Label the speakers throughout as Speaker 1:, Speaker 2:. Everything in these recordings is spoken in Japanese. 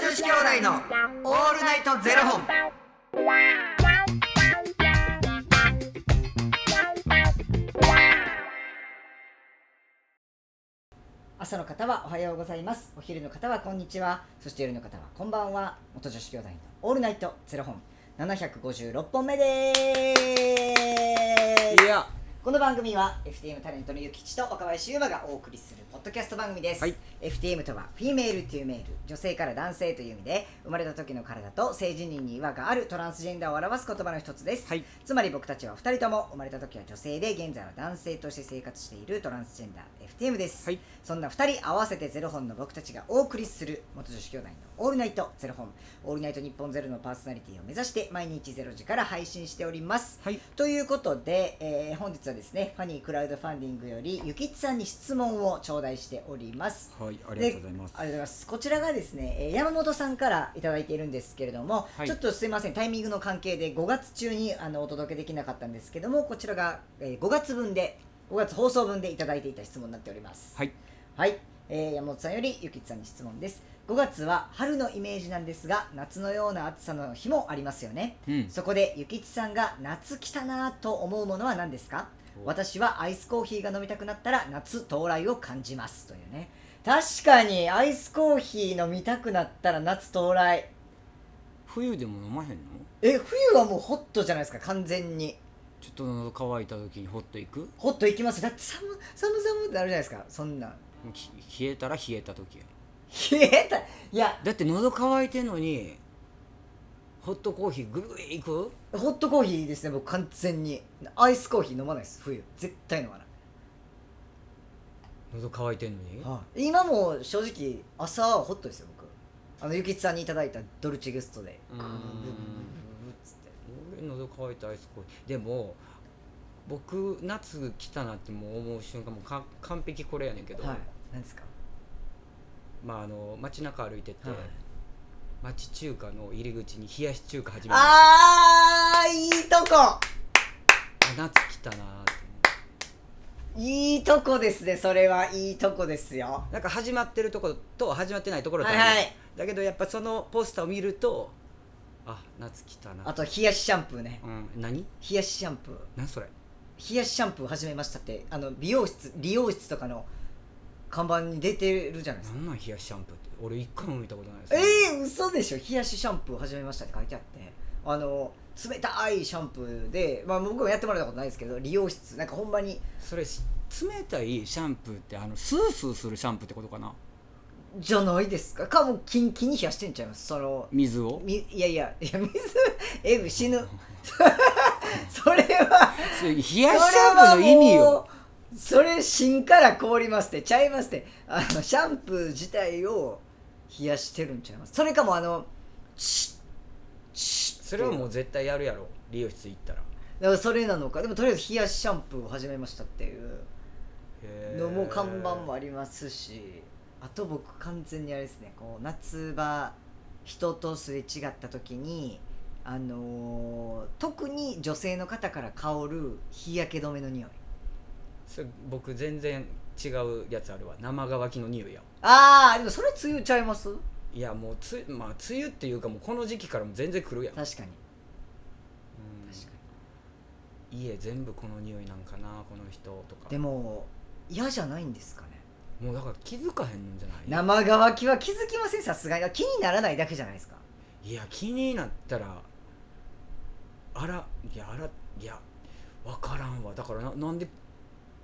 Speaker 1: 子兄弟のオールナイトゼロ本。
Speaker 2: 朝の方はおはようございますお昼の方はこんにちはそして夜の方はこんばんは元女子兄弟のオールナイトゼロ本756本目です
Speaker 3: いや
Speaker 2: この番組は FTM タレントのゆきちと若林優馬がお送りするポッドキャスト番組です、
Speaker 3: はい
Speaker 2: FTM とはフィメールというメール女性から男性という意味で生まれた時の体と性自認に違和があるトランスジェンダーを表す言葉の一つです、
Speaker 3: はい
Speaker 2: つまり僕たちは2人とも生まれた時は女性で現在は男性として生活しているトランスジェンダー FTM です、
Speaker 3: はい
Speaker 2: そんな2人合わせてゼロ本の僕たちがお送りする元女子兄弟の「オールナイトゼロ本」「オールナイト日本ゼロのパーソナリティを目指して毎日ゼロ時から配信しております、
Speaker 3: はい
Speaker 2: ということで、えー本日はですねファニークラウドファンディングよりゆきちさんに質問を頂戴しております
Speaker 3: はいあ
Speaker 2: あ
Speaker 3: りがとうございます
Speaker 2: ありがとうございます。こちらがですね、えー山本さんからいただいているんですけれども、
Speaker 3: はい
Speaker 2: ちょっとすいません、タイミングの関係で5月中にあのお届けできなかったんですけども、こちらが、え5月分で、5月放送分でいただいていた質問になっております。
Speaker 3: はい
Speaker 2: はい、えー山本さんよりゆきつさんに質問です。5月は春のイメージなんですが、夏のような暑さの日もありますよね。
Speaker 3: うん
Speaker 2: そこでゆきちさんが夏来たなぁと思うものは何ですか私はアイスコーヒーが飲みたくなったら夏到来を感じますというね確かにアイスコーヒー飲みたくなったら夏到来
Speaker 3: 冬でも飲まへんの
Speaker 2: え冬はもうホットじゃないですか完全に
Speaker 3: ちょっと喉乾いた時にほっといくも
Speaker 2: ホットいきますだって寒寒寒ってなるじゃないですかそんな
Speaker 3: うき冷えたら冷えた時や
Speaker 2: 冷えたいや
Speaker 3: だって喉乾いてんのにホットコーヒーぐるぐるいく
Speaker 2: ホットコーヒーですね僕完全にアイスコーヒー飲まないです冬絶対飲まない
Speaker 3: 喉乾いてんのに
Speaker 2: 今も正直朝はホットですよ僕あのゆきつさんにいただいたドルチゲストで
Speaker 3: うーん
Speaker 2: グブブブブブブっつって
Speaker 3: 俺喉乾いたアイスコーヒーでも僕夏来たなってもう思う瞬間もうか完璧これやねんけど、
Speaker 2: はい何ですか
Speaker 3: まああの街中歩いてて、
Speaker 2: はい
Speaker 3: 町中華の入り口に冷やし中華始めました
Speaker 2: あーいいとこ
Speaker 3: あ夏来たなーって
Speaker 2: いいとこですねそれはいいとこですよ
Speaker 3: なんか始まってるところと始まってないところと
Speaker 2: は
Speaker 3: あ
Speaker 2: い
Speaker 3: る
Speaker 2: はい
Speaker 3: だけどやっぱそのポスターを見るとあ夏来たな
Speaker 2: あと冷やしシャンプーね
Speaker 3: うん何
Speaker 2: 冷やしシャンプー
Speaker 3: 何それ
Speaker 2: 冷やしシャンプー始めましたってあの美容室理容室とかの看板に出てるじゃないですか
Speaker 3: 何なん冷やしシャンプーって俺一回も見たことないです
Speaker 2: えー、嘘でしょ冷やしシャンプー始めましたって書いてあってあの冷たいシャンプーで、まあ、僕もやってもらったことないですけど理容室なんかほんまに
Speaker 3: それし冷たいシャンプーってあのスースーするシャンプーってことかな
Speaker 2: じゃないですかかもうキンキンに冷やしてんちゃいますその
Speaker 3: 水を
Speaker 2: みいやいやいや水えぐ死ぬ それは
Speaker 3: それ冷やし
Speaker 2: そ
Speaker 3: シ
Speaker 2: れ
Speaker 3: ャンプ
Speaker 2: は
Speaker 3: ーの意味
Speaker 2: も
Speaker 3: よ
Speaker 2: うそれ芯から凍りますってちゃいますってあのシャンプー自体を冷やしてるんちゃいますそれかもあのシュッシュッって
Speaker 3: それはもう絶対やるやろ理容室行ったら
Speaker 2: だからそれなのかでもとりあえず冷やしシャンプーを始めましたっていう
Speaker 3: へー
Speaker 2: のも看板もありますしあと僕完全にあれですねこう夏場人とすれ違った時にあのー特に女性の方から香る日焼け止めの匂い
Speaker 3: それ僕全然違うやつあるわ生乾きの匂いやわ
Speaker 2: あーでもそれ梅雨ちゃいます
Speaker 3: いやもうつまあ梅雨っていうかもうこの時期からも全然来るやん
Speaker 2: 確かに
Speaker 3: うん
Speaker 2: 確か
Speaker 3: 家全部この匂いなんかなこの人とか
Speaker 2: にでも嫌じゃないんですかね
Speaker 3: もうだから気づかへんんじゃない
Speaker 2: 生乾きは気づきませんさすがに気にならないだけじゃないですか
Speaker 3: いや気になったらあらいやあらいや分からんわだからななんで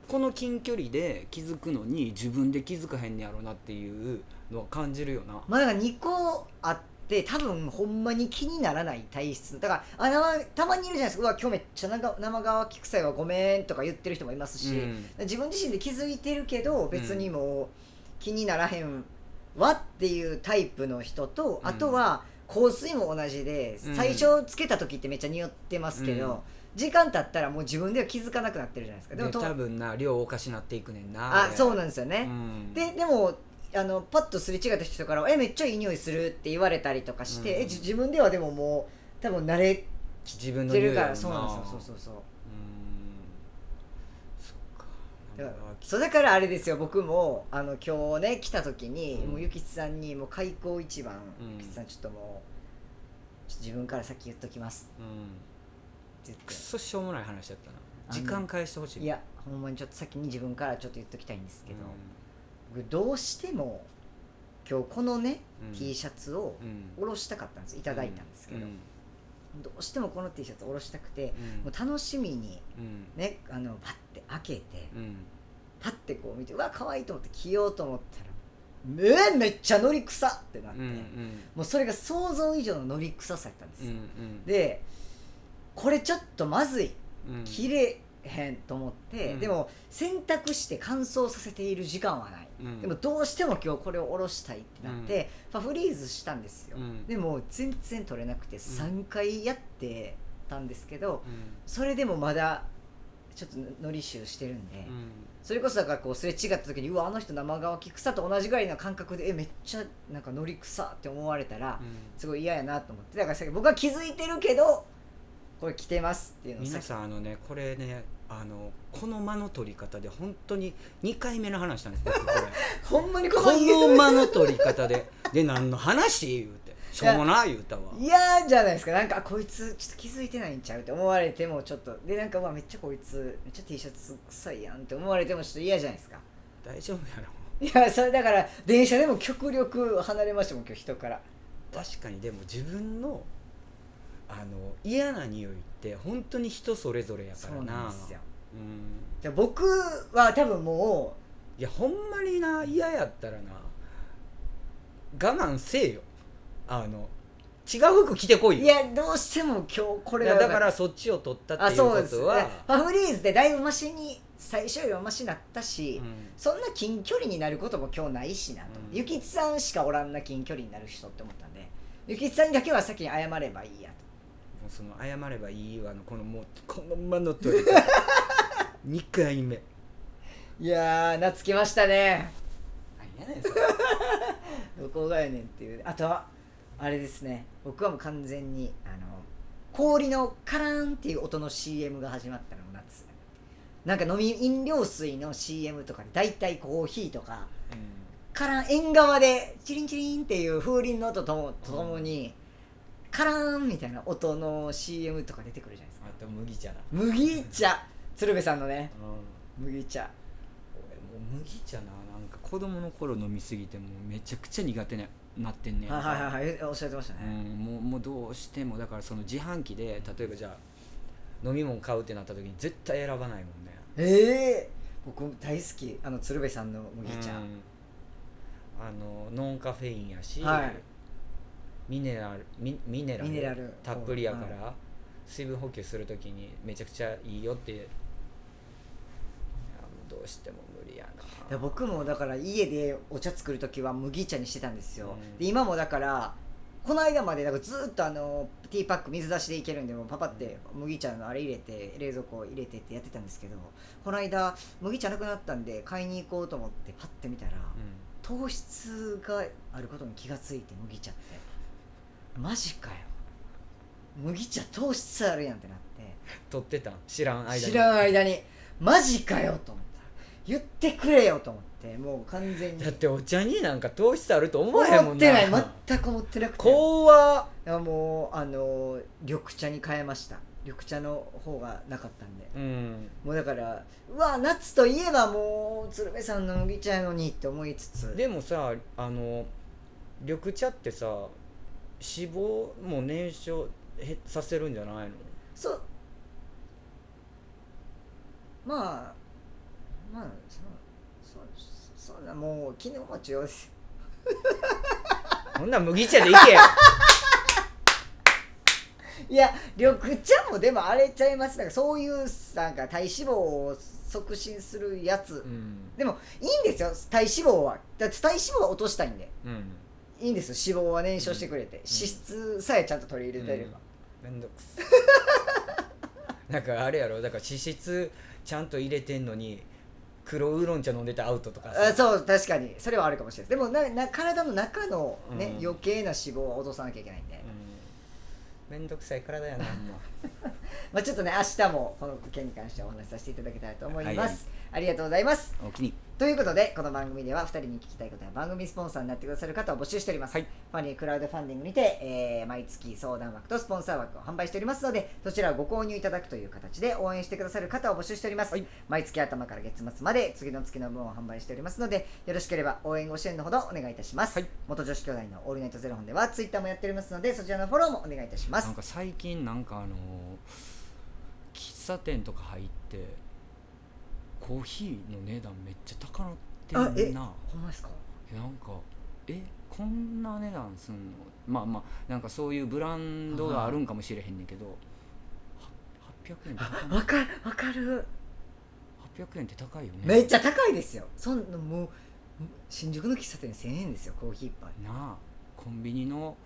Speaker 3: この近距離で気づくのに自分で気づかへんねやろなっていうのは感じるよな
Speaker 2: まあだから2個あって多分ほんまに気にならない体質だからあ生たまにいるじゃないですかうわ今日めっちゃ長生乾き臭いわごめんとか言ってる人もいますし、
Speaker 3: うん
Speaker 2: 自分自身で気づいてるけど別にもう気にならへんわっていうタイプの人と、
Speaker 3: うん
Speaker 2: あとは香水も同じで
Speaker 3: うん
Speaker 2: 最初つけた時ってめっちゃ匂ってますけど、
Speaker 3: うん
Speaker 2: 時間経ったらもう自分では気づかなくなってるじゃないですかで
Speaker 3: で
Speaker 2: もと
Speaker 3: 多分な量おかしなっていくねんな
Speaker 2: あそうなん
Speaker 3: ん
Speaker 2: ですよね、
Speaker 3: うん
Speaker 2: ででもあのパッとすれ違った人から「えめっちゃいい匂いする」って言われたりとかして、
Speaker 3: うん
Speaker 2: えじ自分ではでももう多分慣れ
Speaker 3: 自分の
Speaker 2: て
Speaker 3: 匂
Speaker 2: る
Speaker 3: い
Speaker 2: か
Speaker 3: や
Speaker 2: ら
Speaker 3: ろ
Speaker 2: そうなんですよそうそうそう
Speaker 3: うーんそっか
Speaker 2: だから
Speaker 3: あ
Speaker 2: そうだからあれですよ僕もあの今日ね来た時に、
Speaker 3: うん
Speaker 2: もうゆきちさんにもう開口一番、
Speaker 3: うん
Speaker 2: ゆきちさんちょっともうちょっと自分から先言っときます
Speaker 3: うん
Speaker 2: って言っ
Speaker 3: くってそしょうもない話だったな
Speaker 2: あの
Speaker 3: 時間返してほしい
Speaker 2: いやほんまにちょっと先に自分からちょっと言っときたいんです
Speaker 3: う
Speaker 2: け
Speaker 3: ん
Speaker 2: ど、僕どうしても今日このね、
Speaker 3: うん
Speaker 2: T シャツを
Speaker 3: うん
Speaker 2: 下ろしたかったんですいただいたんですけど、
Speaker 3: うん
Speaker 2: どうしてもこの T シャツ下ろしたくて、
Speaker 3: うん
Speaker 2: もう楽しみに
Speaker 3: うん
Speaker 2: ねあのパッて開けて、
Speaker 3: うん
Speaker 2: パッてこう見てうわ可愛いと思って着ようと思ったらめめっちゃ乗り臭っってなって、
Speaker 3: うんうん
Speaker 2: もうそれが想像以上の乗り臭さやったんです
Speaker 3: うんう
Speaker 2: よ、
Speaker 3: ん
Speaker 2: でこれちょっとまずい
Speaker 3: うん
Speaker 2: 着れへんと思って、
Speaker 3: うん
Speaker 2: でも洗濯して乾燥させている時間はない、
Speaker 3: うん
Speaker 2: でもどうしても今日これを下ろしたいってなって、まあフリーズしたんですよ、
Speaker 3: うん
Speaker 2: でも全然取れなくて3回やってたんですけど、
Speaker 3: うん
Speaker 2: それでもまだちょっとのり臭してるんで、
Speaker 3: うん
Speaker 2: それこそだからこうすれ違った時にうわあの人生乾き草と同じぐらいの感覚でえめっちゃなんかノリ草って思われたらすごい嫌やなと思ってだからさっき僕は気づいてるけどこれ着てますっていうのをさ
Speaker 3: 皆
Speaker 2: っき
Speaker 3: さんあのねこれねあのこの間の取り方で本当に2回目の話な んです僕これ
Speaker 2: ほんまにこ
Speaker 3: こ
Speaker 2: の
Speaker 3: の間の取り方でで何の話言うてしょうもない言うたわ
Speaker 2: 嫌じゃないですかなんかあこいつちょっと気づいてないんちゃうって思われてもちょっとでなんかうわめっちゃこいつめっちゃ T シャツ臭いやんって思われてもちょっと嫌じゃないですか
Speaker 3: 大丈夫やろ
Speaker 2: いやそれだから電車でも極力離れましたもん今日人から
Speaker 3: 確かにでも自分のあの嫌な匂いって本当に人それぞれやか
Speaker 2: そ
Speaker 3: らな
Speaker 2: うなんですよ
Speaker 3: うん
Speaker 2: で僕は多分もう
Speaker 3: いやほんまにな嫌やったらな我慢せえよあの違う服着てこいよ
Speaker 2: いやどうしても今日これ
Speaker 3: い
Speaker 2: が
Speaker 3: や
Speaker 2: 良
Speaker 3: だ
Speaker 2: っ
Speaker 3: か
Speaker 2: た
Speaker 3: らそっちを取ったって
Speaker 2: あ
Speaker 3: いうこ
Speaker 2: そうです
Speaker 3: と
Speaker 2: い
Speaker 3: は
Speaker 2: やファフリーズでだいぶマシに最初よりはマシになったし、
Speaker 3: うん
Speaker 2: そんな近距離になることも今日ないしなと、
Speaker 3: うん
Speaker 2: ゆきつさんしかおらんな近距離になる人って思ったんでゆきつさんにだけは先に謝ればいいや
Speaker 3: もうその謝ればいいわのこのもうこのままの 取り方2回目
Speaker 2: といやー懐きましたね
Speaker 3: 何やねんそ
Speaker 2: どこがやねんっていうあとはあれですね僕はもう完全にあの氷のカラーンっていう音の CM が始まったのも夏なんか飲み飲料水の CM とかで大体コーヒーとかカラン縁側でチリンチリンっていう風鈴の音ともともに、カラーンみたいな音の CM とか出てくるじゃないですか
Speaker 3: また麦茶だ
Speaker 2: 麦茶鶴瓶さんのね麦茶
Speaker 3: 俺もう麦茶ななんか子供の頃飲みすぎてもうめちゃくちゃ苦手ななってんねん
Speaker 2: はいはいはいはいえおっしゃってました
Speaker 3: う
Speaker 2: ね、
Speaker 3: ん、もうもうどうしてもだからその自販機で例えばじゃあ飲み物買うってなった時に絶対選ばないもんね
Speaker 2: ええ僕大好きあの鶴瓶さんの麦茶、
Speaker 3: うんあのノンカフェインやし、
Speaker 2: はい
Speaker 3: ミネラルミミネラル
Speaker 2: ミネラル
Speaker 3: たっぷりやから、
Speaker 2: うん
Speaker 3: 水分補給する時にめちゃくちゃいいよっていやもうどうしても無理や
Speaker 2: いや
Speaker 3: な
Speaker 2: 僕もだから家でお茶作る時は麦茶にしてたんですよ、
Speaker 3: うん
Speaker 2: で今もだからこの間までだからずっとあのティーパック水出しでいけるんでもうパパって麦茶のあれ入れて冷蔵庫入れてってやってたんですけどこの間麦茶なくなったんで買いに行こうと思ってパッて見たら、
Speaker 3: う
Speaker 2: 糖質があることに気がついて麦茶ってマジかよ麦茶糖質あるやんってなって
Speaker 3: ん、撮ってたん知らん間に
Speaker 2: 知らん間にマジかよと思った言ってくれよと思ってもう完全に
Speaker 3: だってお茶になんか糖質あると思わへん
Speaker 2: 思
Speaker 3: も
Speaker 2: っ
Speaker 3: ん
Speaker 2: てない全く思ってなくて
Speaker 3: 怖っ
Speaker 2: いやもうあの緑茶に変えました緑茶の方がなかったんで
Speaker 3: うん
Speaker 2: もうだからうわ夏といえばもう鶴瓶さんの麦茶やのにって思いつつ
Speaker 3: でもさあの緑茶ってさ脂肪も燃焼へさせるんじゃないの
Speaker 2: そうまあまあそうそうそんなもう昨日もちよですよ
Speaker 3: こんなん麦茶でいけよ
Speaker 2: いや緑茶もでもあれちゃいますなんかそういうなんか体脂肪を促進するやつ、
Speaker 3: うん
Speaker 2: でもいいんですよ体脂肪はだって体脂肪は落としたいんで
Speaker 3: うん
Speaker 2: いいんですよ脂肪は燃焼してくれて、脂質さえちゃんと取り入れてれば、
Speaker 3: めんどくさ なんかあれやろだから脂質ちゃんと入れてんのに黒ウーロン茶飲んでてアウトとか
Speaker 2: あ
Speaker 3: さ
Speaker 2: そう確かにそれはあるかもしれないですでもなな体の中の、ね
Speaker 3: うん
Speaker 2: 余計な脂肪は落とさなきゃいけないんで、
Speaker 3: う
Speaker 4: めんどくさい体やなほんま
Speaker 2: まあ、ちょっとね明日もこの件に関してはお話しさせていただきたいと思います、ありがとうございます
Speaker 3: おおきに
Speaker 2: ということでこの番組では2人に聞きたいことや番組スポンサーになってくださる方を募集しております、
Speaker 3: はい
Speaker 2: ファニークラウドファンディングにて、えー毎月相談枠とスポンサー枠を販売しておりますのでそちらをご購入いただくという形で応援してくださる方を募集しております、
Speaker 3: はい
Speaker 2: 毎月頭から月末まで次の月の分を販売しておりますのでよろしければ応援ご支援のほどお願いいたします、
Speaker 3: はい
Speaker 2: 元女子兄弟のオールナイトゼロ本ではツイッターもやっておりますのでそちらのフォローもお願いいたします
Speaker 3: なんか最近なんかあのー喫茶店とか入ってコーヒーの値段めっちゃ高なってんな
Speaker 2: ほんまですか
Speaker 3: えなんかえこんな値段すんのまあまあなんかそういうブランドがあるんかもしれへんねんけどは800円って高い
Speaker 2: わかるわかる
Speaker 3: 800円って高いよね
Speaker 2: めっち
Speaker 3: ゃ
Speaker 2: ゃ高いですよそんなもう新宿の喫茶店1000円ですよコーヒー一杯
Speaker 3: なあコンビニの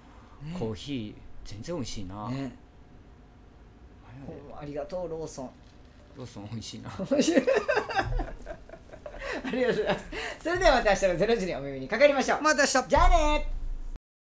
Speaker 3: コーヒー、全然美味しいな、
Speaker 2: ね
Speaker 3: 何や
Speaker 2: ほ
Speaker 3: で
Speaker 2: んまありがとうローソン
Speaker 3: ローソン美味しい な
Speaker 2: ありがとうございますそれではまた明日の0時にお耳にかかりましょう
Speaker 4: また明日
Speaker 2: じゃあね